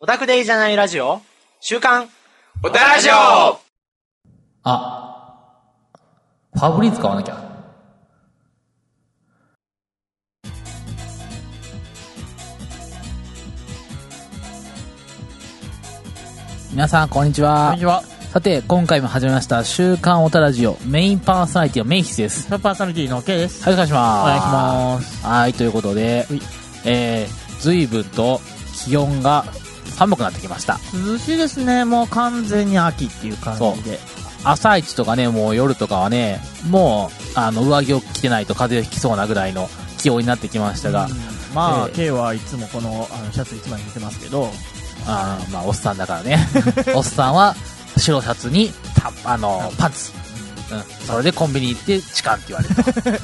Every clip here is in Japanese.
オタクでいいじゃないラジオ週刊おたらじょあ、ファブリーズ買わなきゃ。皆さん、こんにちは。こんにちは。さて、今回も始めました、週刊オタラジオ、メインパーソナリティのメイヒスです。パーソナリティの K です。はい、お願いします。お願いします。す。はい、ということではい、えー、随分と気温が寒くなってきました。涼しいですね。もう完全に秋っていう感じで。朝一とかね、もう夜とかはね、もう、あの、上着を着てないと風邪をひきそうなぐらいの気温になってきましたが、うんまあ、ええ K はいつもこのあのシャツ一枚に着てますけど、あーまあ、おっさんだ からね。おっさんは、白シャツに、た、あの、パンツ。うん。それでコンビニ行って、痴漢って言われる。さすがにパンイ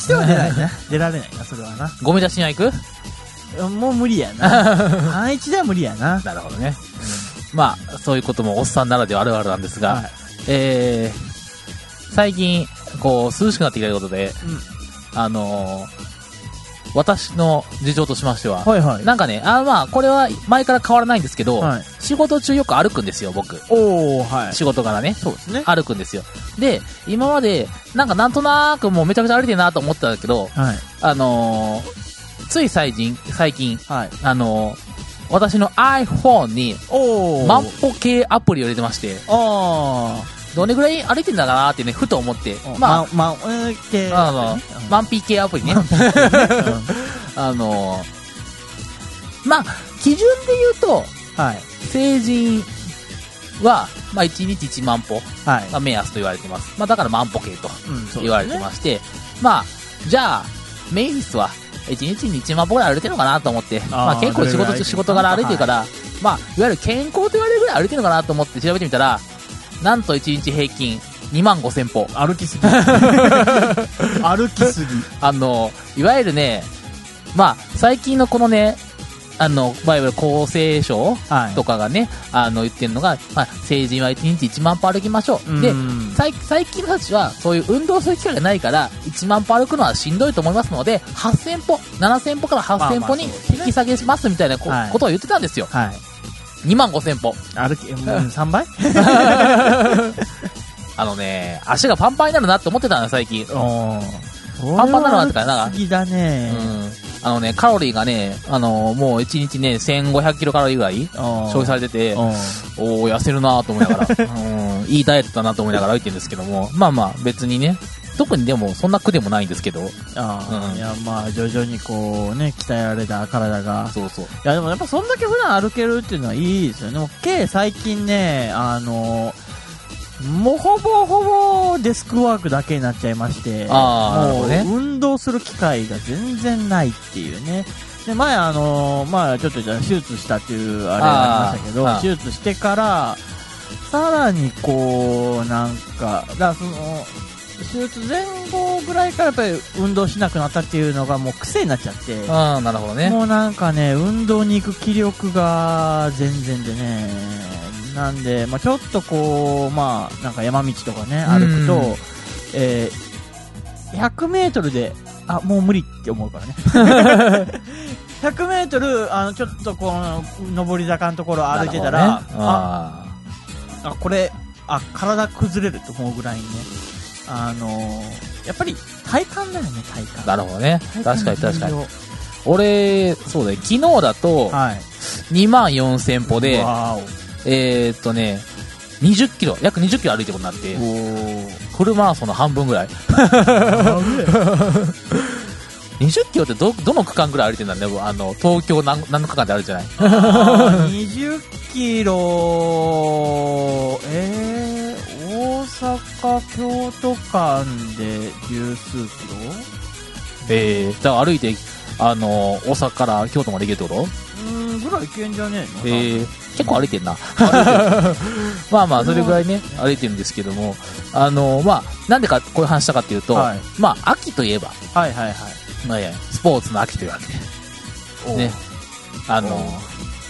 チでは出ないね。 出られないな、それはな。ゴミ出しには行くもう無理やな。 パンイチでは無理やな。なるほどね。まあ、そういうこともおっさんならではあるあるなんですが、はいえー、最近、こう、涼しくなってきたということで、あのー私の事情としましては、はいはい。なんかね、あーまあ、これは前から変わらないんですけど、はい仕事中よく歩くんですよ、僕。おー、はい。仕事からね。そうですね。歩くんですよ。で、今まで、なんかなんとなくもうめちゃくちゃ歩いてるなと思ってたんだけど、はい。あのーつい最近、最近、はい。あのー私の iPhone におー。万歩計アプリを入れてまして、あどれぐらい歩いてんだかなってね、ふと思ってー。、まま、ま、えー、K。あ、あのうん、万歩計アプリね。うん あのーまあ、基準で言うと、はい。成人は、まあ、1日1万歩はい。が目安と言われてます。まあ、だから万歩計とうんそうですね言われてまして、まあ、じゃあ、メイフィスは、1日に1万歩ぐらい歩いてるのかなと思って、まあ、結構仕それぐ事らい歩い中、てる仕事から歩いてるから、まあ、いわゆる健康と言われるぐらい歩いてるのかなと思って調べてみたら、なんと1日平均2万5千歩。歩きす ぎ。歩きすぎ。あの、いわゆるね、まあ、最近のこのね、あの、バイブル厚生省はいとかがね、あの、言ってるのが、まあ、成人は1日1万歩歩きましょう。でうん、最最近の人たちは、そういう運動する機会がないから、1万歩歩くのはしんどいと思いますので、8000歩、7000歩から8000歩にまあまあそうですね引き下げますみたいなこ,、はいとを言ってたんですよ。はい。 2万5000歩。歩き、もう3倍 あのね、足がパンパンになるなって思ってたのよ、最近。おパンパンなのはとかな好きだね。うんあのね、カロリーがね、あのもう1日ね、1500キロカロリーぐらい消消費されてて、うんおお痩せるなと思いながら、 うん、いいダイエットだなと思いながら歩いてるんですけども、まあまあ別にね、特にでもそんな苦でもないんですけど、あうんーいや、まあ、徐々にこうね、鍛えられた体が。そうそう。いや、でもやっぱそんだけ普段歩けるっていうのはいいですよね。もう K 最近ね、あの、もうほぼほぼデスクワークだけになっちゃいまして、あーなるほどねもう運動する機会が全然ないっていうね。で、前あの、まあちょっとじゃあ手術したっていうあれがありましたけどあーあ、ー手術してから、さらにこう、なんか、だからその、手術前後ぐらいからやっぱり運動しなくなったっていうのがもう癖になっちゃって、ああ、なるほどね。もうなんかね、運動に行く気力が全然でね、なんで、まあ、ちょっとこう、まあ、なんか山道とかね、歩くうんと、えー100メートルで、あ、もう無理って思うからね。100メートル、あの、ちょっとこの、上り坂のところ歩いてたなら、るほどねあ、ああ、これ、あ、体崩れると思うぐらいにね、あのーやっぱり体感だよね、体あ、感。なるほどね。確かに確かに。に。俺、そうだよ、昨日だと、はい。 2万4000歩で、わーおえーっとね、20キロ、約20キロ歩いてことになって、フルマラソンの半分ぐらい。20キロってど、どの区間ぐらい歩いてんだね、あの、東京何、何の区間であるじゃないあー20キロ、えー、大阪、京都間で十数キえー、だから歩いて、あのー、大阪から京都まで行けるってこロうーん、ぐらいいけんじゃねとえの、えー、結構歩いてんな。 まあまあ、それぐらいね、歩いてるんですけども、あのー、まあ、なんでかこういう話したかっていうと、はいまあ、秋といえば、はいはいはい。まあいやスポーツの秋というわけで、おうね。あのーおう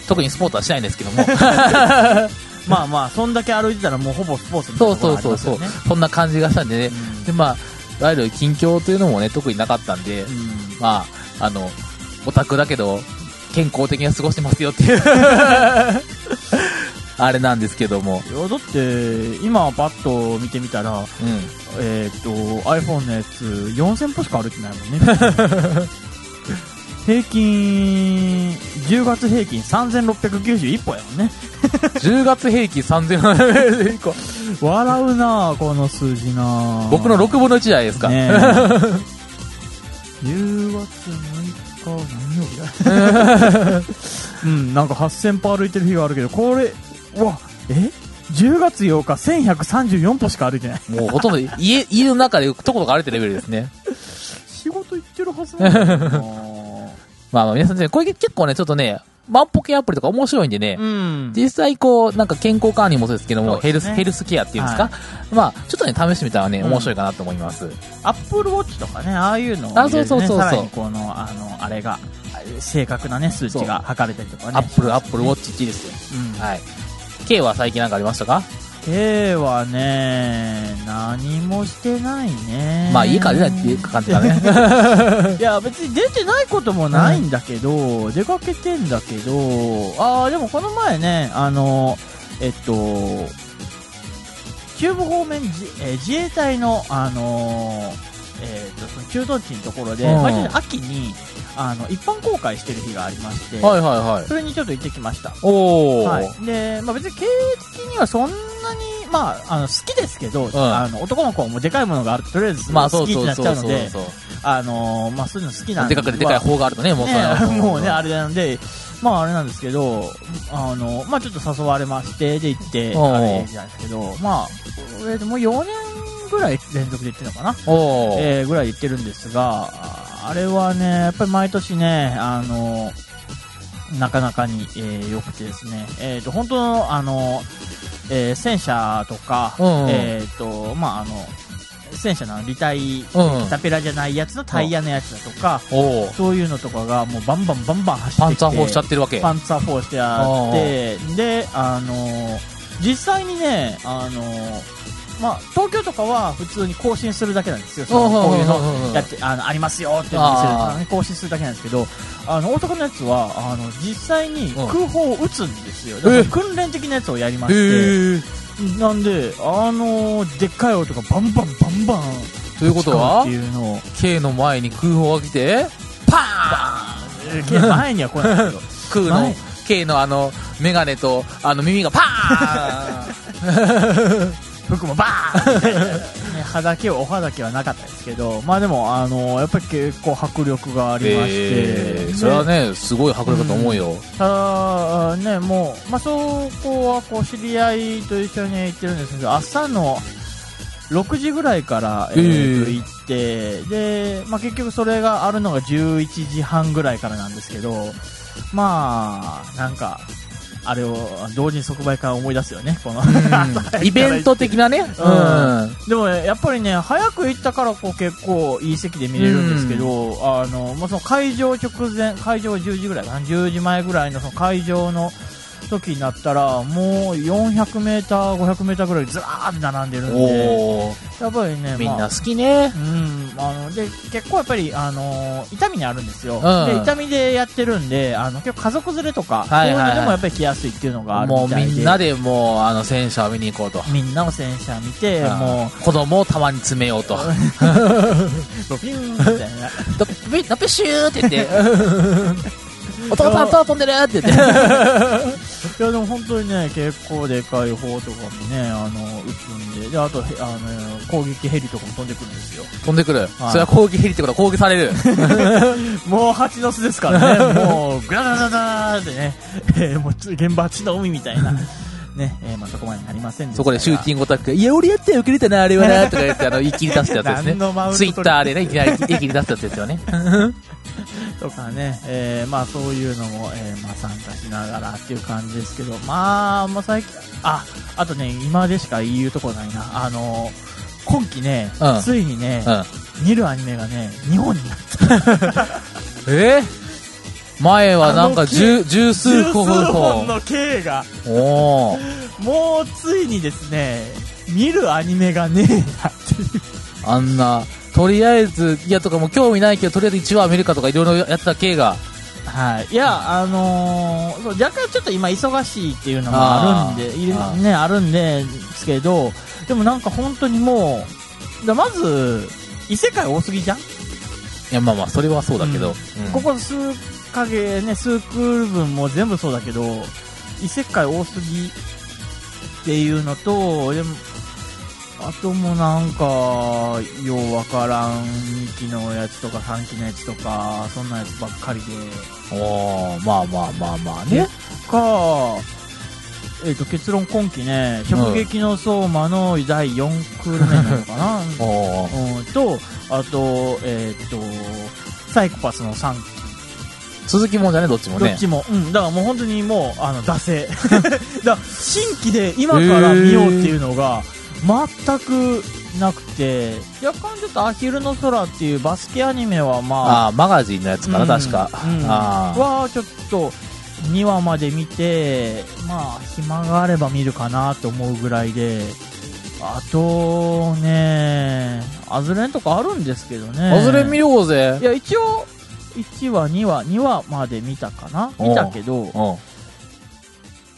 特にスポーツはしないんですけど も、まあまあ、そんだけ歩いてたらもうほぼスポーツみたいそうなとそころうありそうますそう、よね。そんな感じがしたんでね、でまあ、いわゆる近況というのもね、特になかったんで、うんまあ、あの、オタクだけど、健康的に過ごしてますよって いうあれなんですけども、いやだって、今パッと見てみたら、うん、えーっと、iPhone のやつ、4000歩しか歩いてないもんね。 平均、10月平均3691歩やもんね。 10月平均3000笑うなぁ、この数字なぁ。僕の6分の1じゃないですか、ね え10月6日、何曜日だ うん、なんか8000歩歩いてる日があるけど、これ、うわ、え ?10 月8日、1134歩しか歩いてない。 もうほとんど家家の中でとことか歩いてるレベルですね、 仕事行ってるはずなんだけど なまあ、まあ皆さんね、これ結構ね、ちょっとね、万歩計アプリとか面白いんでね、うん。実際こう、なんか健康管理もそうですけども、そうヘでルすス、ねヘルスケアっていうんですか、まあ、ちょっとね、試してみたらね、うん面白いかなと思います。アップルウォッチとかね、ああいうのをあ入れてねそうそうそうそうさらにこの、あの、あれが、正確なね、数値が測れたりとかね。アップル、アップルウォッッチ1ですよ。チ。うん。はい。K は最近なんかありましたか K はね、何もしてないね。まあ、家から出ない っていう感じだね。いや、別に出てないこともないんだけど、出かけてんだけど、ああ、でもこの前ね、あの、えっと、中部方面自,、えー自衛隊の、あのーえーっと、その駐屯地のところで、うん毎年秋に、あの、一般公開してる日がありまして、はいはいはい。それにちょっと行ってきました。おー。はい。で、まあ別に経営的にはそんなに、まあ、あの、好きですけど、あの、男の子はもうでかいものがあると、とりあえず、まあ、そ好うきにそうなっちそうゃうのそうで、そう。あのーまあそういうの好きなんでかくてでかい方方があるとね、もうそね、のもうね、あれなんで、まああれなんですけど、あの、まあちょっと誘われまして、で行って、おうあれじゃないですけど、まあ、これでもう4年ぐらい連続で行ってるのかなおー。えーぐらい行ってるんですが、ああれはね、やっぱり毎年ね、あの、なかなかに、えー良くてですね、えっ、と、本当の、あの、えー戦車とか、うんうんえっ、と、まああの、戦車のあの履帯、うんタペラじゃないやつのタイヤのやつだとか、おー。そういうのとかがもうバンバンバンバン走っパてンきてツァー4しちゃってるわけ。パンツァー4してあってであのー実際にねあのーまあ東京とかは普通に更新するだけなんですよそのこういうののやってあのありますよっていうのを見せるあー更新するだけなんですけどあの大阪のやつはあの実際にうん空砲を撃つんですよだから訓練的なやつをやりましてへー。なんであのーでっかい音がバンバンバンバンということっはて、いうのを K の前に空砲が来て、パーンいや前には来ないけど空はのい K のあのメガネとあの耳がパー 服もバーンみたいなね歯だけはお歯だけはなかったですけどまあでもあのやっぱり結構迫力があンりまして、えーそれはねすごい迫力だと思うよ、ただねもう、まあ、そこはこう知り合いと一緒に行ってるんですけど朝の6時ぐらいから、えーええ行ってで、まあ、結局それがあるのが11時半ぐらいからなんですけどまあなんかあれを同時に即売会を思い出すよねこ のうんイベント的なね、うんんでもねやっぱりね早く行ったからこう結構いい席で見れるんですけど、あのまあ、その会場直前会場10時ぐらいかな10時前ぐらいのその会場の時になったらもう 400m500m ぐらいずらーって並んでるんでおおやっぱりねみんまなあ好きねうん、あので結構やっぱり、あの痛みにあるんですよ、んで痛みでやってるんであの結構家族連れとか、はいはいはいそういうのでもやっぱり来やすいっていうのがあるもうみたみいでんなでもうあの戦車を見に行こうとみんなを戦車見てうんもう子供をたに詰めようとドピューンみたいなドピドピシューって言って お父さん塔飛んでるって言っていやでも本当にね、結構でかい方とかもね、あの、撃つんで、で、あと、へあの、攻撃ヘリとかも飛んでくるんですよ。 飛んでくる、それは攻撃ヘリってことは攻撃され るもう蜂の巣ですから ね、もう、グラダダダーってね、えーもう、現場蜂の海みた いな、ね、えーまあそこまでなりませんでそこでシューティィンングオタクがいや俺やったよ受けれたなあれは なとか言ってあの言い切り出したやつ ですね何のマウントツイ取りッターでねいき なり言い切り出したやつですよねグとかね、えーまあそういうのも、えーまあ参加しながらっていう感じですけど、まあ、もう最近、あ、あとね、今でしか言うとこないな、あの、今期ね、うんついにね、うん見るアニメがね、日本になった。え前はなんかあの十十十数数個本の刑が、おおもうついにですね、見るアニメがねえなっていう。あんなとりあえずいやとかもう興味ないけどとりあえず1話見るかとかいろいろやってた系がはい、いや、あのーそう若干ちょっと今忙しいっていうのもあるんあで、ーいるあーね、あるんですけど、でもなんか本当にもう、だまず、異世界多すぎじゃん、いや、まあまあ、それはそうだけど。うんここ数か月ね、数クール分も全部そうだけど、異世界多すぎっていうのと、でも、あともなんか、ようわからん2期のやつとか3期のやつとか、そんなやつばっかりで。おーまあまあまあまあねね。か、えー、と結論今期ね「直撃の相馬」の第4クール目なのかな、おーうん、とあとえっ、とサイコパスの3期続きもんじゃね、どっちもどねっ。ちも、うん、だからもう本当にもうあの惰 性だから新規で今から見ようっていうのが全くなくて若干ちょっと「アヒルの空」っていうバスケアニメはまあああ、マガジンのやつかな、確か。うんあーはちょっと2話まで見てまあ暇があれば見るかなと思うぐらいであとねアズレンとかあるんですけどね外れ見ようぜい。や一応1話2話2話まで見たかなおう見たけどううん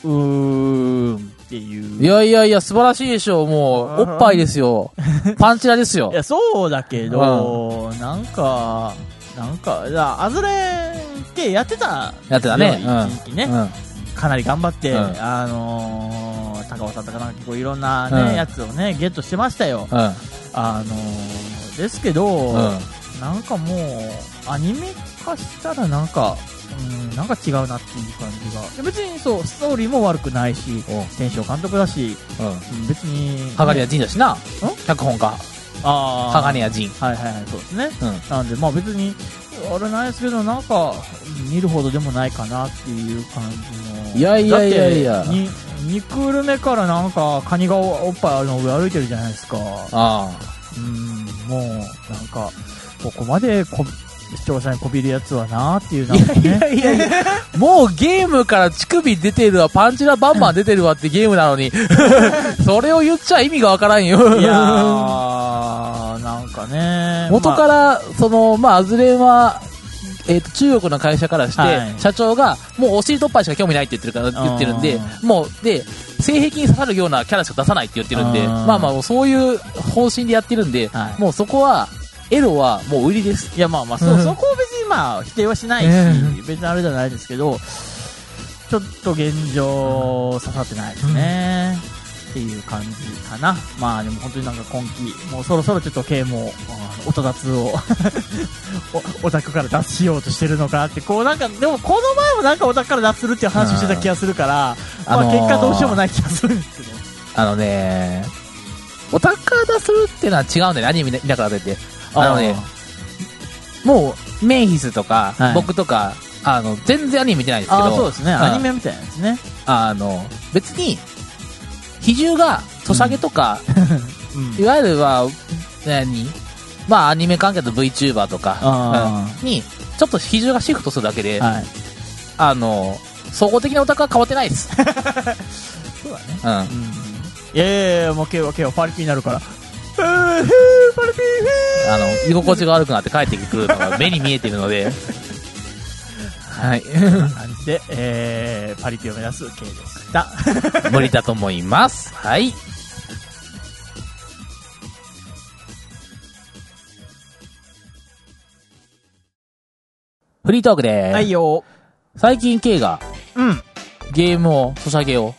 ーんっていういやいやいや、素晴らしいでしょう。もう、おっぱいですよ。パンチラですよ い。やそうだけど、なんかなんかいやアズレンってやってたやってたねうん一時期ね、うん。かなり頑張って、うんあのー高尾さんとかなんか結構いろんな、ねうんやつをねゲットしてましたよ、うん。あのーですけど、うん。なんかもうアニメ化したらなんか、うん、なんか違うなっていう感じがで別にそうストーリーも悪くないしおう天翔監督だしうん。うん別に鋼や陣だしな。脚本家。あー鋼や陣。はいはいはいそうですねうん。なんでまあ別にあれないですけどなんか見るほどでもないかなっていう感じのいやいやいやいやだってに2クール目からなんかカニがおっぱいあるの上歩いてるじゃないですかあうんもうなんかここまでこ視聴者にこびるやつはなっていうあ。なんかねいやいあ。もうゲームから乳首出てるわ、パンチラバンバン出てるわってゲームなのに。 それを言っちゃ意味がわからんよ。いやーなんかね元かまら、その、まあ、アズレンは、えっ、と、中国の会社からして、はい社長が、もうお尻突っ張りしか興味ないって言ってるから、あー言ってるんで、もう、で、性癖に刺さるようなキャラしか出さないって言ってるんで、あーまあまあ、そういう方針でやってるんで、はいもうそこは、エロはもう売りです。いやまあまあそううんそこは別にまあ否定はしないし、う別にあれじゃないですけどちょっと現状刺さってないですね、っていう感じかなまあでも本当になんか今季もうそろそろちょっと啓もあの音脱を おオタクから脱しようとしてるのかなってこうなんかでもこの前もなんかオタクから脱するっていう話をしてた気がするから、まああのー結果どうしようもない気がするんですけどあのね、オタクからするっていうのは違うんだよね、アニメ見ながら出て。あのね、もう、メンヒスとか、はい僕とか、あの、全然アニメ見てないんですけど、あーそうですねんアニメみたいなんですねあの、別に、比重が、ソシャゲとか、うんいわゆるは、何まあ、アニメ関係の VTuber とかあ、ーうんに、ちょっと比重がシフトするだけで、はいあの、総合的なオタクは変わってないです。 そうだねうん。うんいやいやいや、もう KO、KO、パリピになるから。うーふーパリピーあの、居心地が悪くなって帰ってくるのが目に見えてるので、 はい。ふーな感じで、えー、パリピを目指す K でした。無理だと思います。はい。フリートークでーす。はいよ。最近 K がうん。ゲームを、ソシャゲを。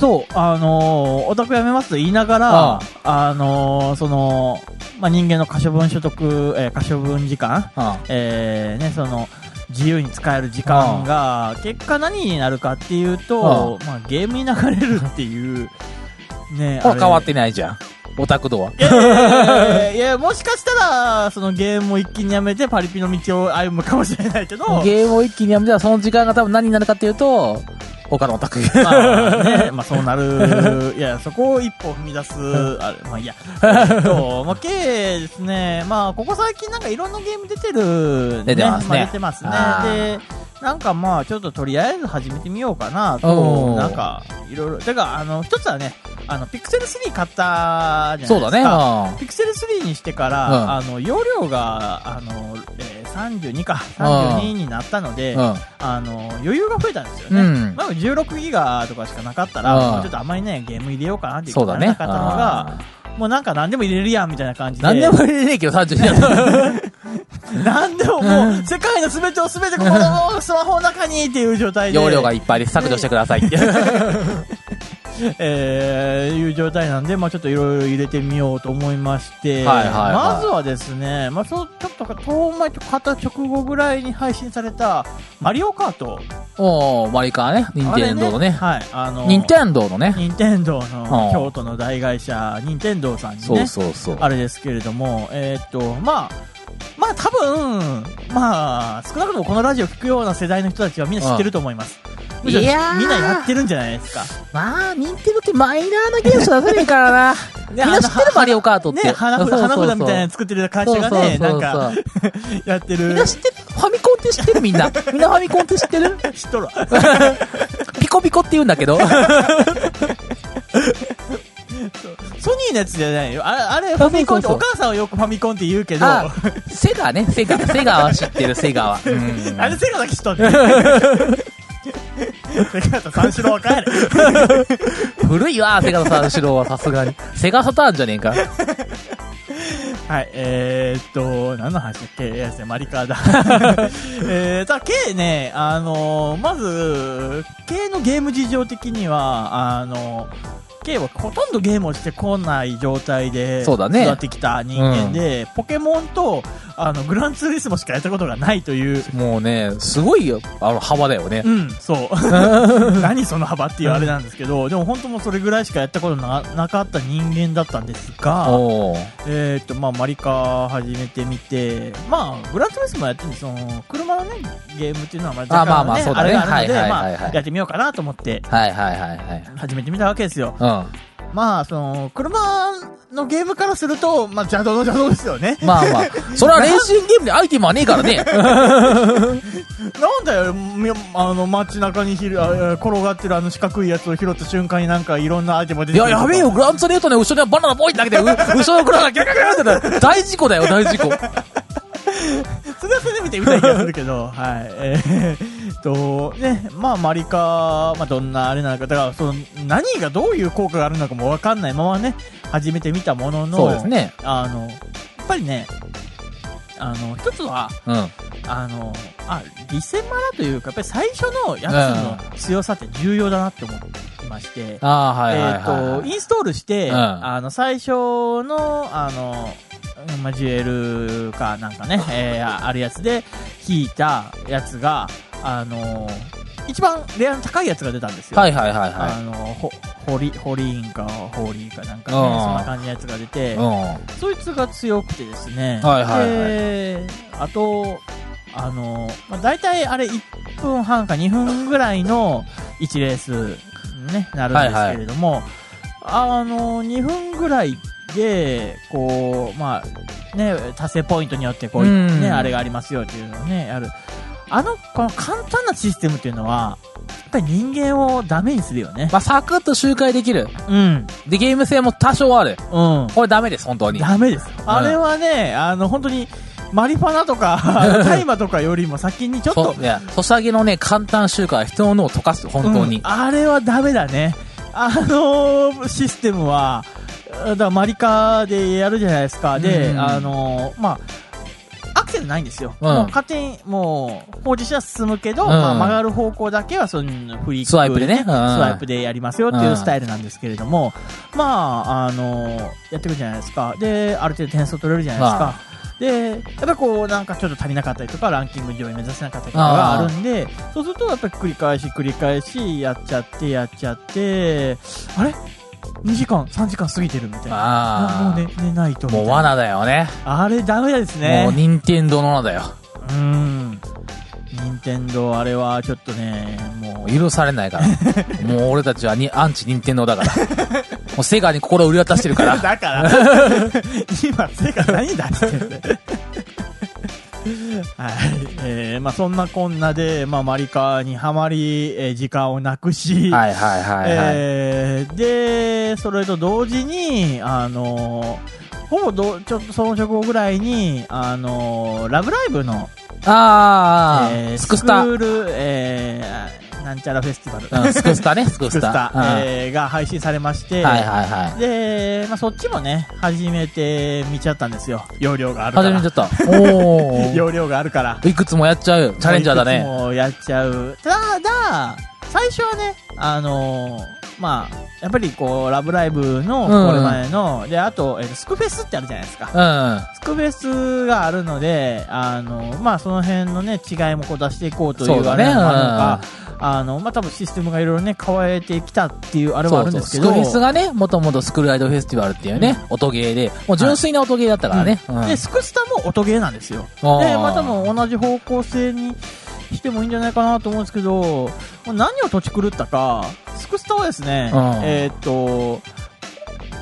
そう、あのー、オタクやめますと言いながら、ああのー、その、まあ、人間の可処分所得、えー、可処分時間、あえー、ね、その、自由に使える時間が、結果何になるかっていうと、まあ、ゲームに流れるっていう、ね、これあれ変わってないじゃん。オタク度は。 いやいや、もしかしたら、そのゲームを一気にやめてパリピの道を歩むかもしれないけど、ゲームを一気にやめたらその時間が多分何になるかっていうと、他のオタ ク。まあね、まあそうなる、いや、そこを一歩踏み出す、あれ、まあいいや。えっと、まあ、K ですね、まあここ最近なんかいろんなゲーム出てる、出てますねあ出てますねあ。ーで、なんかまあちょっととりあえず始めてみようかなおと、ーなんかいろいろ、てか、あの、一つはね、あの、ピクセル3買ったじゃないですか。そうだね。うんピクセル3にしてから、うんあの容量があの、えー32か32になったので、あの余裕が増えたんですよね、うんまあ、16ギガとかしかなかったら、うんもうちょっとあんまりねゲーム入れようかなってういん。うそうだにならなね。かったのがあーもうなんか何でも入れるやんみたいな感じで何でも入れねえけど、32だ と。何でもも う世界の全てを全てこのスマホの中にっていう状態で容量がいっぱいです。削除してください。 えーいう状態なんで、まあ、ちょっといろいろ入れてみようと思いましはいて、はいはいまずはですね、まあ、そうちょっと遠前と買った直後ぐらいに配信された「マリオカート」おおマリカーね。任あれ天堂のね。はい、あの任天堂のね。任天堂うのん京都の大会社任天堂さんにねそうそうそう。あれですけれどもえーっとまあまあ多分まあ少なくともこのラジオ聞くような世代の人たちはみんな知ってると思います、むしろいやーみんなやってるんじゃないですかまあ、任天堂ってマイナーなゲームしか出せねえから な。みんな知ってるマリオカートっねて。花 札そうそうそう花札みたいなの作ってる会社がねそうそうそうそう なんかやってみるんな知ってるファミコンって知ってるみん な。みんなファミコンって知ってる知っとるわピコピコって言うんだけど。ソニーのやつじゃないよあれあれファミコンってそうそうそうお母さんはよくファミコンって言うけどああセガね、セガ。セガは知ってる、セガは。うんれセガだけ知 っとんねんセガと三四郎は帰れ古いわ、セガの三四郎はさすがに。セガサターンじゃねえか。はい、えー、っと、何の話だっけいやですね、マリカ ーだ。えー、ただ、K ね、あのーまず、K のゲーム事情的には、あの K はほとんどゲームをしてこない状態でそうだね育ってきた人間で、ポケモンとあのグランツーリスモしかやったことがない という、もうね、すごいよ、あの、幅だよねう。ん、 そう。何その幅っていうあれなんですけど、でも本当もうそれぐらいしかやったことななかった人間だったんですが、おーえー、と、まあ、マリカ始めてみて、まあ、グランツーリスもやってるんで、その、車のね、ゲームっていうのは、まあ、あまあま若干のあね、そうあだねれがあるので、はいまはいはいはいあ、やってみようかなと思って、はいはいはいはい。始めてみたわけですよ。うまあ、その、車のゲームからすると、まあ、邪道の邪道ですよね。ん。まあまあ、それはレーシングゲームでアイテムはねえからね。なんだよ、みあの、街中にひる、あえー転がってるあの四角いやつを拾った瞬間になんかいろんなアイテムが出いてくや、るとかやべえよ、グランツーレートの後ろにはバナナポイって投げて、う後ろのグラナギャギャギャってなる大事故だよ、大事故。それはそれで見てみたい気がするけど、 はい。えー、っ と、ね、まあ、マリカ、まあ、どんなあれなのか、だから、その、何がどういう効果があるのかもわかんないままね、始めてみたもの の、そうですね。あの、やっぱりね、あの、一つは、うん。あの、あ、リセマラというか、やっぱり最初のやつの強さって重要だなって思いまして、ああ、はいはいえはいーはとい。インストールして、うんあの最初のあの、まあ、ジュエルかなん かね、えーああるやつで弾いたやつが、あの一番レアの高いやつが出たんですよ。はいはいはいはあのほホリホリーンかホーリーかなんかね、うんそんな感じのやつが出い。て、うん。そいつが強くてですね、はいはいはいであと、あのまあ、大体あれ1分半か2分ぐらいの1レースに、ね、なるんですけれども、あの2分ぐらいでこう、まあね、達成ポイントによってこう、うんね、あれがありますよっていうのを、ね、やる。あの、この簡単なシステムっていうのは、やっぱり人間をダメにするよね。まあ、サクッと周回できる。うん。で、ゲーム性も多少ある。うん。これダメです、本当に。ダメです。あれはね、あの、本当に、マリファナ とか、大麻とかよりも先にちょっとそ、いや、ソシャゲのね、簡単集会は人の脳を溶かす、本当に。うんあれはダメだね。あのーシステムは、だからマリカでやるじゃないですか。で、うんあのーまあ、アクセルないんですよ。うんもう勝手に、もう、放置したら進むけど、うんまあ、曲がる方向だけは、その、フリックスワイプでねうんスワイプでやりますよっていうスタイルなんですけれども、まあ、あのーやってくるじゃないですか。で、ある程度点数取れるじゃないですか。で、やっぱりこう、なんかちょっと足りなかったりとか、ランキング上位目指せなかったりとかがあるんで、そうすると、やっぱり繰り返し繰り返し、やっちゃって、やっちゃって、あれ ?2 時間、3時間過ぎてるみたいな。ああもうあ。寝寝ないとみたいもうな。罠だよね。あれダメですもう、ね。任天堂の罠だよ。うん。任天堂あれはちょっとね、ももうう、許されない から。もう俺たちはに、アンチ任天堂だから。もうセガに心を売り渡してる から。だから、今、セガ何出してんだよ。はい。えー、まあそんなこんなで、まあマリカにはまり、えー時間をなくし、はいはいはいはい。えーで、それと同時に、あのーほぼど、ちょっとその直後ぐらいに、あのーラブライブの、ああ、えースクスタ。クール、えーなんちゃらフェスティバル。うん、スクスタね、スクススクスタタ。うんはいえーが配信されまして、はいはい。で、まあ、そっちもね、初めて見ちゃったんですよ。容量があるか始めらちゃ。った。おー。容量があるから。いくつもやっちゃう。チャレンジャーだいくね。つもやっちゃう。ただ、最初はね、あのーまあ、やっぱりこう、ラブライブうの、んこれ前の、で、あと、えースクフェスってあるじゃないですか。うん。はスクフェスがあるので、あの、まあ、その辺のね、違いもこう出していこうといそううだあねれもあるのか、あの、まあ、多分システムがいろいろね、変えてきたっていうあれはあるんですけど、スクフェスがね、もともとスクールアイドルフェスティバルっていうね、音ゲーで、もう純粋な音ゲーだったからね。うんで、スクスタも音ゲーなんですよ。で、あーまあ、多分同じ方向性にしてもいいんじゃないかなと思うんですけど、もう何を土地狂ったか、スクスタはですね、うんえーっと、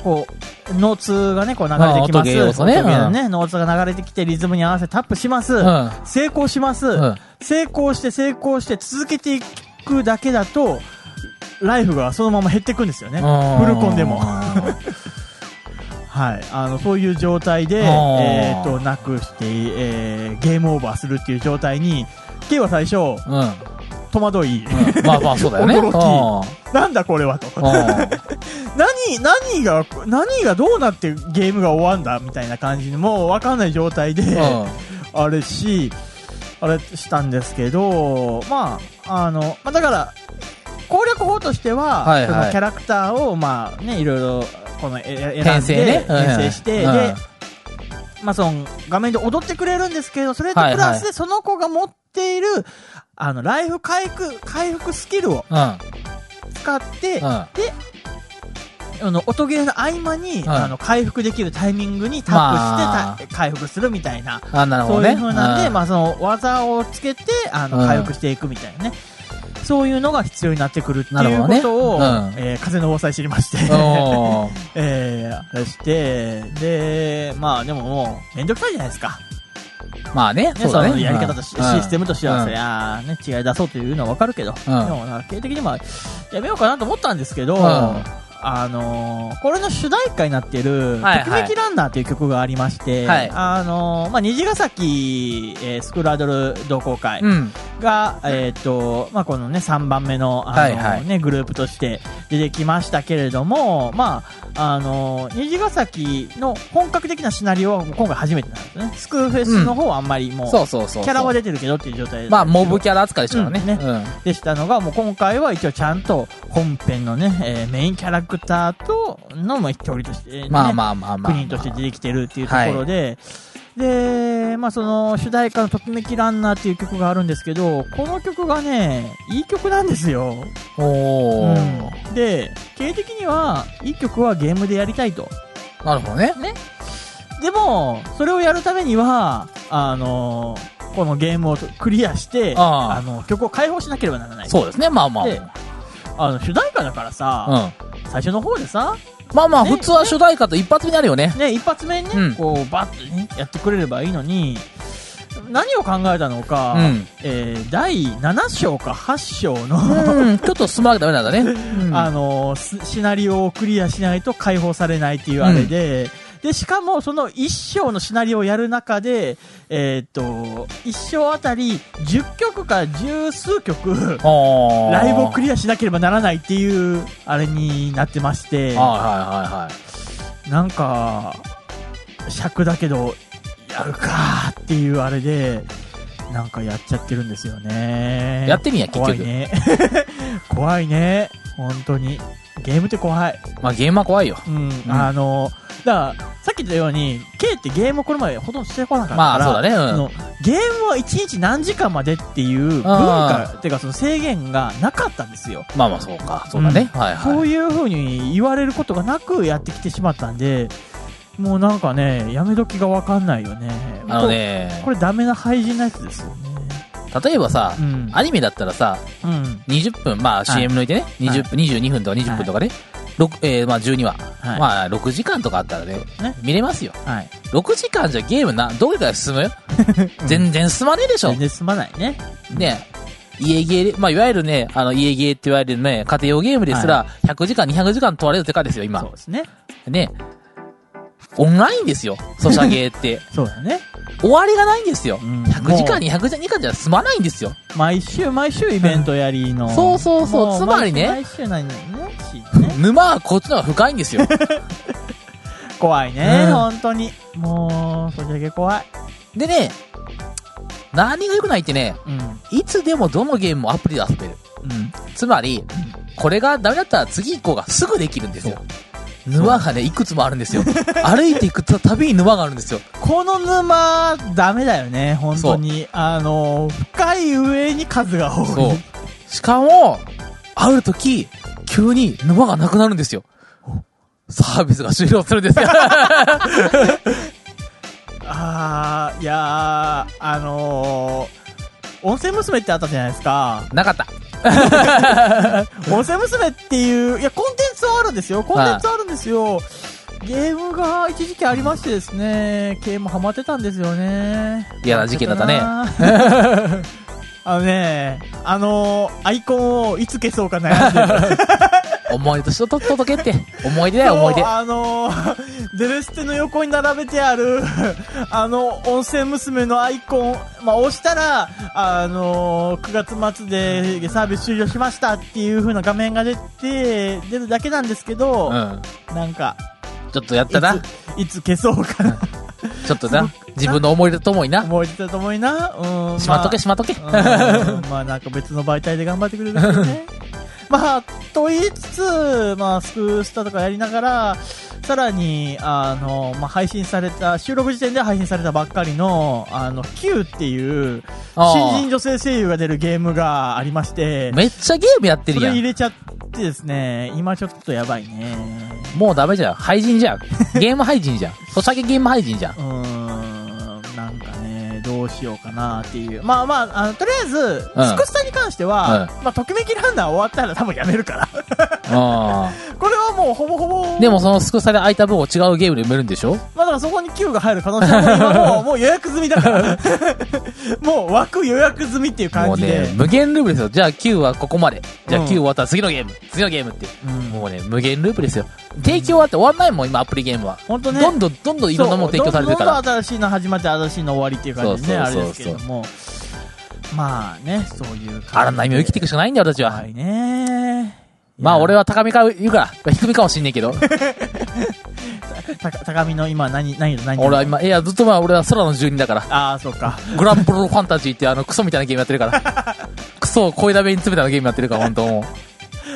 こう、ノーツがね、こう流れてきまあま音す。ゲー要素ね音ゲーのね、ノーツが流れてきてリズムに合わせてタップします。うん。成功します、ん成功して成功して続けていくだけだとライフがそのまま減っていくんですよねうんフルコンでもはいあのそういう状態で、あーえー、となくして、えーゲームオーバーするっていう状態に K は最初うん。うん戸惑い、まあまあ、そうだよね。驚うきんなんだこれはとう何何が何がどうなってゲームが終わんだみたいな感じにもう分かんない状態で、んうんあれし、あれしたんですけど、まあ、あの、まあ、だから、攻略法としては、はいはいそのキャラクターを、まあね、いろいろ、この、え選編ん成で、ね。うん編成して、うんで、まあ、その、画面で踊ってくれるんですけど、それとプはラいスはで、その子が持っている、あの、ライフ回復、回復スキルをうん。うん使って、うんあの、音ゲーの合間に、うんあの、回復できるタイミングにタップしてた、回復するみたいな、あ、なるほそどうね。いう風なんで、うんまあ、その技をつけてあうのん回復していくみたいなね、そういうのが必要になってくるってなるいうほどこねとを、うんえー風の噂知りまして、 おー えー、あれして、で、まあでももう、めんどくさいじゃないですか。まあね、ね、そうそだのね。やり方とし、うんシステムとしては、うんそりゃあね、違い出そうというのはわかるけど、でもなんか経営的にもやめようかなと思ったんですけど、うんあのーこれの主題歌になってる、はいはいときめきランナーという曲がありまして、はいあのーまあ、虹ヶ崎、えースクールアイドル同好会うん。が、えっ、と、まあ、このね、3番目の、あのーはいはいね、グループとして出てきましたけれども、まあ、あのー虹ヶ崎の本格的なシナリオはもう今回初めてなんですね。スクールフェスの方はあんまりもう、そうそうそう。キャラは出てるけどっていう状態でまあ、モブキャラ扱いでしたからね。うんねうんでしたのが、もう今回は一応ちゃんと本編のね、えーメインキャラクターとのも一人として、ね、まあまあまあまあ。国人として出てきてるっていうところで、で、まあその主題歌のときめきランナーっていう曲があるんですけど、この曲がね、いい曲なんですよ。おうー。ん、で、経営的には、いい曲はゲームでやりたいと。なるほどね。でも、それをやるためには、あのこのゲームをクリアして、あああの、曲を解放しなければならない。そうですね、まあまあ。であの、主題歌だからさ、うん。最初の方でさ、まあまあ、ね普通は主題歌と一発目になるよね。ね、一発目にね、うんこう、バッとね、やってくれればいいのに、何を考えたのか、うんえー第7章か8章の、うん。ちょっと進まなきゃダメなんだね。うん あのーすシナリオをクリアしないと解放されないっていうあれで、で、しかもその1章のシナリオをやる中で、えーっと、1章あたり10曲か十数曲、おーライブをクリアしなければならないっていう、あれになってまして、はいはいはいはい。なんか、尺だけど、やるかーっていうあれで、なんかやっちゃってるんですよね。やってみんや結局怖いね。 怖いね。本当に。ゲームって怖い。まあ、ゲームは怖いよ。うん。あの、だから、さっき言ったように、K ってゲームをこれまでほとんどしてこなかったから、まあ、そうだね。そうのゲームは1日何時間までっていう文化、っていうかその制限がなかったんですよ。ん。まあまあ、そうか。そうだね。はいそはうい。いう風に言われることがなくやってきてしまったんで、もうなんかね、やめ時がわかんないよね。あのこねれ、こ、れダメな廃人なやつですよね。例えばさう、ん。アニメだったらさ、うん。 20分、まあ CM 抜いてね、20分、22分とか20分とかね、六えーまあ12話、はい。まあ6時間とかあったらねね、見れますよ。はい。 6時間じゃゲームな、どうにか進 む全然進まねえでしょ全。然すまないね。ね。家ゲーで、まあいわゆるね、あの家ゲーって言われるね、家庭用ゲームですら、100時間、200時間問われる世界ですよ、そう今。ですね。ね。オンラインですよ、ソシャゲー って。そうだね。終わりがないんですよ。うん100時間、200時間、2間じゃ済まないんですよ。毎週毎週イベントやりの。 そうそうそうもつまりね毎週毎週何々ね沼はこっちの方が深いんですよ。 怖いね、うん本当に。もう、それだけ怖い。でね、何が良くないってね、うん。いつでもどのゲームもアプリで遊べる。うん。つまり、これがダメだったら次以降がすぐできるんですよ。沼がね、いくつもあるんですよ。歩いていくたびに沼があるん ですよ。この沼、ダメだよね、本当に。あの、深い上に数が多い。そう。しかも、ある時、急に沼がなくなるんですよ。サービスが終了するんです よ。あー、いやー、あのー、温泉娘ってあったじゃないですか。なかった。温泉娘っていう、いや、コンテンツはあるんですよ。コンテンツはあるんですよ。ゲームが一時期ありましてですね、ゲームハマってたんですよね。嫌な事件だったねハマってたな。 あのね、あのーアイコンをいつ消そうか悩んでる。思い出と届けって。思い出だよ、そう思い出。あのー、デレステの横に並べてある、あの、温泉娘のアイコン、まあ、押したら、あのー、9月末でサービス終了しましたっていう風な画面が出て、出るだけなんですけど、うん。なんか、ちょっとやっいつたな。、いつ消そうかな、ちょっとな。自分の思い出とともにな。思い出たと思いな。うん。しまっとまあけ、しまっとけ。うんまあなんか別の媒体で頑張ってくれるんですよね。まあ、と言いつつ、まあ、スクースタとかやりながら、さらに、あの、まあ、配信された、収録時点で配信されたばっかりの、あの、Q っていう、新あ人女性声優が出るゲームがありましてあ、 めっちゃゲームやってそるれや入ん。れちゃってですね、今ちょっとやばいね。もうダメじゃん。廃人じゃん。ゲーム廃人じゃん。ソシャゲゲーム廃人じゃんう。ーん、なんかね、どうしようかなっていう。まあまあ、あのとりあえず、うんスクスタに関しては、まあ、ときめきランナー終わったら多分やめるから。あこれはもうほぼほぼ、あでもそのスクサで空いた分を違うゲームで埋めるんでしょまあだからそこに Q が入る可能性も今 もうもう予約済みだから。 もう枠予約済みっていうも感うじで。ね、無限ループですよ。じゃあ9はここまで。じゃうあん9終わったら次のゲーム、次のゲームって。うんもうね、無限ループですよ。提供あって終わんないもん、今アプリゲームは。ほんとね。どんどんどんどんいろんなもの提供されてるかそうら。どんどん新しいの始まって新しいの終わりっていう感じでね、あそうそうそうそうれですけれども。まあね、そういう感じで。あらない目を生きていくしかないんだよ、私は。怖いね。まあ俺は。は高みから言うから、低みかもしんねえけど。た高見の今何、何、何俺は今、いや、ずっとまあ俺は空の住人だから。ああ、そうか。グランプロファンタジーってあのクソみたいなゲームやってるから。 クソを声だめに詰めたゲームやってるから、本当も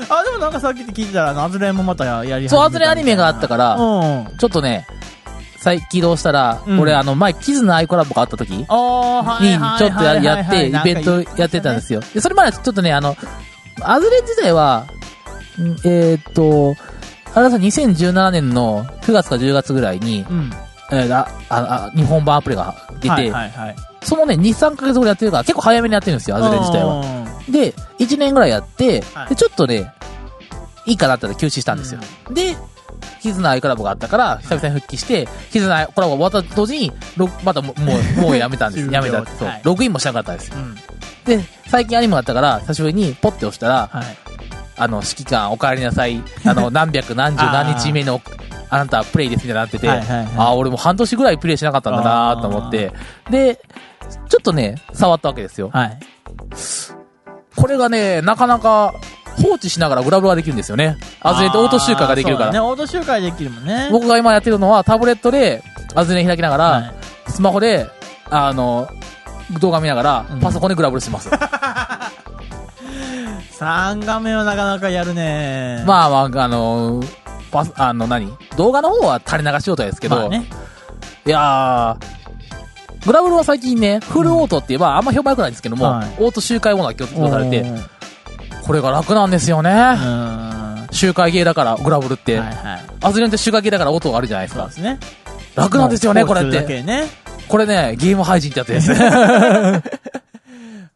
あ、でもなんかさっきって聞いてたら、あのアズレもまたやり始めう。たそう、アズレアニメがあったかうら、ん。あちょっとね、再起動したら、うん俺あの前、キズのアイコラボがあった時に、ちあ、はいはいはいょっとやはいやって、イなんかベントやってたんですよ。で、それまでちょっとね、あの、アズレ自体は、んえーっと、あれさ、2017年の9月か10月ぐらいに、うん。えーあああ日本版アプリが出て、はいはいはい。そのね、2、3ヶ月後でやってるから、結構早めにやってるんですよ、アズレ自体は。は。で、1年ぐらいやって、はいでちょっとね、いいかなって休止したんですよ。で、キズナアイコラボがあったから、久々に復帰して、キズナアイコラボ終わったと同時に、ロまたもう、も う、もうやめたんです。終や了めたって。そうはいログインもしなかったんですよ。うん。で、最近アニメがあったから、久しぶりにポッて押したら、はい。あの、指揮官、お帰りなさい、あ の、何百何十何日目の、あなたはプレイですみたいになってて、はいはいはいああ、俺もう半年ぐらいプレイしなかったんだなーと思って、で、ちょっとね、触ったわけですよ。はい。これがね、なかなか放置しながらグラブができるんですよね。アズレってオート集会ができるかそうだら。ね、オート集会できるもんね。僕が今やってるのはタブレットでアズレ開きながら、はいスマホで、あの、動画見ながらうん、パソコンでグラブルして ます。 3画面はなかなかやるね。あ、まあまあ、あの、パス、あの何動画の方は垂れ流し状態ですけど、まあね。いやー、グラブルは最近ね、フルオートって言えばあんま評判良くないんですけども、はいオート周回ものが強調されうん。て、うん。これが楽なんですよね。は周回ゲーだから、グラブルっいて。はい。アズレンって周回ゲーだから音があるじゃないですそうかで。すね。楽なんですよね、もうこれっそうするだて。けね。これね、ゲーム配信ってやつです ね。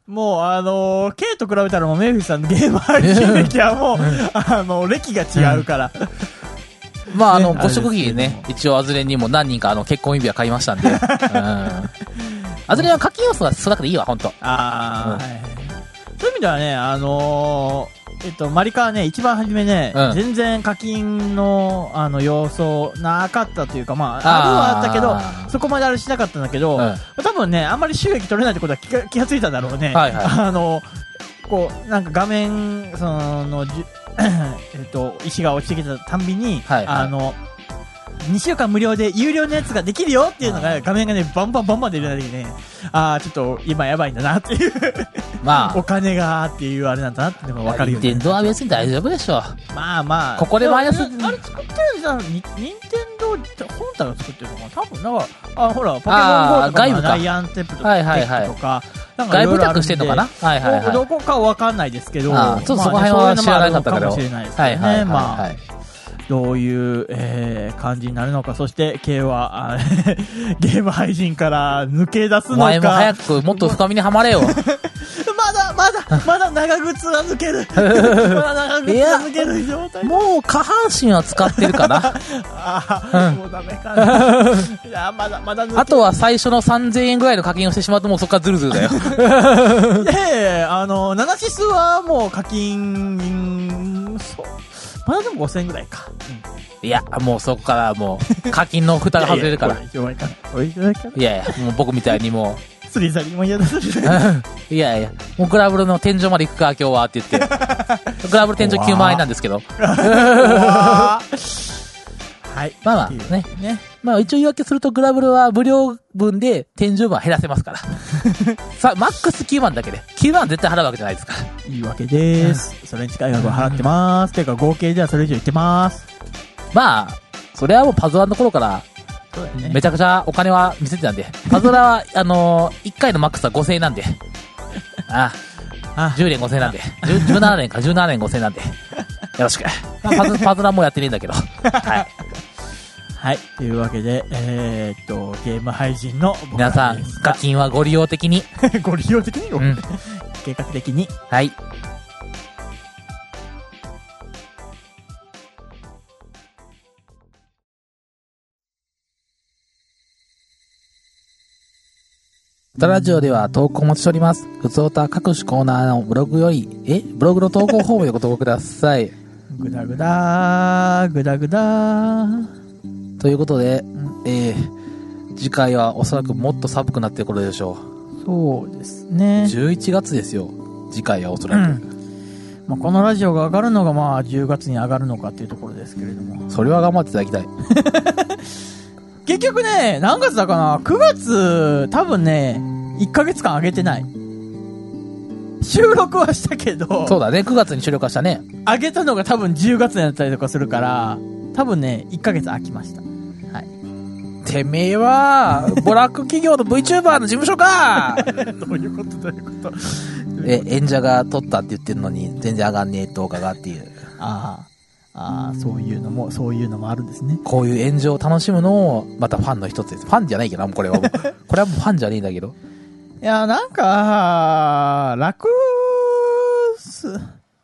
もう、あのー、K と比べたらもうメイフィスさんのゲーム配信歴はもう、あの、歴が違うから。まあ、あの、ねご職あれ儀ですけどね、一応アズレンにも何人かあの結婚指輪買いましたん で。うんアズレンは課金要素が少なくていいわ、ほんと。ああ、はい。そういう意味ではね、あのえっと、マリカはね、一番初めね、うん全然課金の、あの、要素なかったというか、まああ、ーあるはあったけど、そこまであれしなかったんだけど、うん多分ね、あんまり収益取れないってことは気が気がついたんだろうね。はいはいあの、こう、なんか画面、その、じゅ えっと、石が落ちてきたたんびに、はいはいあの、2週間無料で有料のやつができるよっていうのあがー画面がね、バンバンバンバン出るだけでね、ああ、ちょっと今やばいんだなっていう。まおあ、金がーっていうあれなんだなってのが分かるよ任天ね。堂は別に大丈夫でしょう。まあまあ。ここでマイナスでもあれ作ってるじゃん。任天堂って本体が作ってるのかな多分、なんか、あ、ほら、ポケモン GO あーとか外の部かダイアンテップとか、はいはいはいテックとか、なんか外色部々あるんで託してんのかなはいはいはい。どこかは分かんないですけど、あーちょっとそこら辺まあはね知らなかったけど。そういうのもあるのかもしれないですはけいはどいはいね。まはあい。どういう、えー感じになるのか、そして、K は、あ ーゲーム配信から抜け出すおのか。前も早くもっと深みには まれよ。まだまだまだ長靴は抜け るまだ長靴は抜ける状態もう下半身は使ってるかな。ああ、もうダメかないやまだまだ抜ける あとは最初の3000円ぐらいの課金をしてしまうともうそっからズルズル だよ。であのナナシスはもう課金うんそうまだでも5000円ぐらいか、いや、もうそこからもう課金の蓋が外れるから。いやいやこれ以上はいかないこれ以上はいかないいやいや、もう僕みたいにもスリザリも嫌だスリザリ う、いやいや、もうグラブルの天井まで行くか、今日はって言って。グラブル天井9万円なんですけど。はいまあまあっていうねねまあ一応言い訳するとグラブルは無料分で天井分は減らせますから。さあ、マックス9万だけで。9万絶対払うわけじゃないですから。いいわけです、それに近い額を払ってますていうか合計ではそれ以上いってますまあ、それはもうパズドラの頃からそうだよめちゃくちゃお金は見せてたんで。パズドラは、あのー、1回のマックスは5000円なんで。あああ10年5000円なんで。10 17年か、17年5000円なんで。よろしく。まあパズ、パズドラもうやってねえんだけど。はい。はい。というわけで、えーっと、ゲーム配信の僕皆らさんです、課金はご利用的に。ご利用的に、うん。計画的に。はい。ザラジオでは投稿をお待ちしております。ふつおた各種コーナーのブログより、えブログの投稿フォームでご投稿ください。 ぐだぐだー、ぐだぐだー。ということで、えー、次回はおそらくもっと寒くなってる頃でしょそうですう。ね。 11月ですよ。次回はおそうらく。ん。 まあ、このラジオが上がるのが、まあ、10月に上がるのかっていうところですけれども。それは頑張っていただきたい。結局ね、何月だかな ?9 月、多分ね、1ヶ月間上げてない。収録はしたけど、そうだね。9月に終了化したね。上げたのが多分10月だったりとかするから、多分ね、1ヶ月空きました。はい。てめえは、ボラック企業の VTuber の事務所か どういうことどういうこと え、演者が撮ったって言ってるのに、全然上がんねえ動画がっていう。ああ、ああ、そういうのも、そういうのもあるんですね。こういう炎上を楽しむのを、またファンの一つです。ファンじゃないけどな、もうこれはもう。これはもうファンじゃねえんだけど。いや、なんか、楽っす、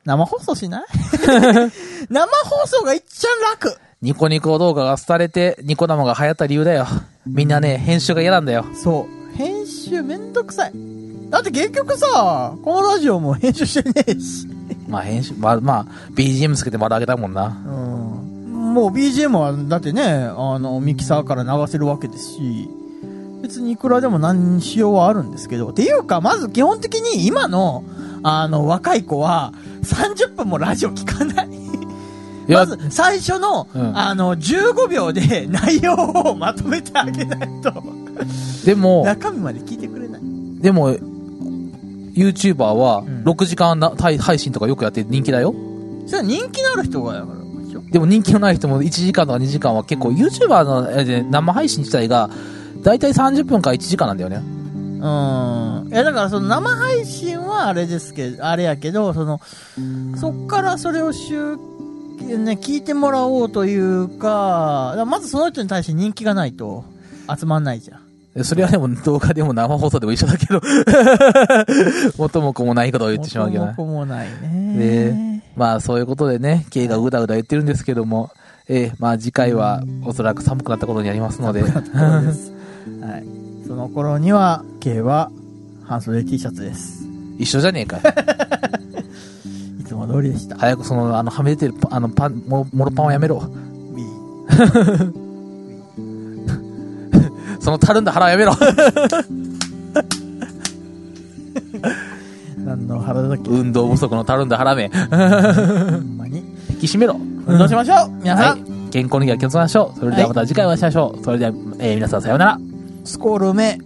生放送しない 生放送がいっちゃ楽。ニコニコ動画が廃れて、ニコ生が流行った理由だよ。みんなね、編集が嫌なんだよ。そう。編集めんどくさい。だって結局さ、このラジオも編集してねえし。まあ編集、まあ、まあ、BGM つけて丸上げたもんな。うん。もう BGM は、だってね、あの、ミキサーから流せるわけですし、別にいくらでも何しようはあるんですけど、っていうか、まず基本的に今の、あの、若い子は、30分もラジオ聞かない。いやまず、最初の、うんあの、15秒で 内容をまとめてあげないと、でも、中身まで聞いてくれない。でも、YouTuber はん6時間な配配信とかよくやって人気だよ。それは人気のある人がやからでしょ。でも人気のない人も1時間とか2時間は結構 YouTuber のえー生配信自体が大体30分から1時間なんだよね。うん。いや、だからその生配信はあれですけど、あれやけど、その、そっからそれを集、ね、聞いてもらおうというか、だからまずその人に対して人気がないと集まんないじゃん。それはでも動画でも生放送でも一緒だけ ど、元も子もないことを言ってしまうけどね元。も子もないねね。まあそういうことでね、経営がうだうだ言ってるんですけども、えーまあ次回はおそらく寒くなったことになりますので、そうです。はい。その頃には、K は半袖 T シャツです。 一緒じゃねえか。いつもも通りでした。早くその、あの、はみ出てるパ、あの、パン、もろ、もろパンをやめろ。みその、たるんだ腹をや めろ。何の腹だっけ運動不足のたるんだ腹 め。 ほんまに。引き締めろ。運動しましょう皆さはん、い。健康には気をつけましょう。それではまた次回お会いしましょう。それでは、えー皆さんさようなら。スコールめ。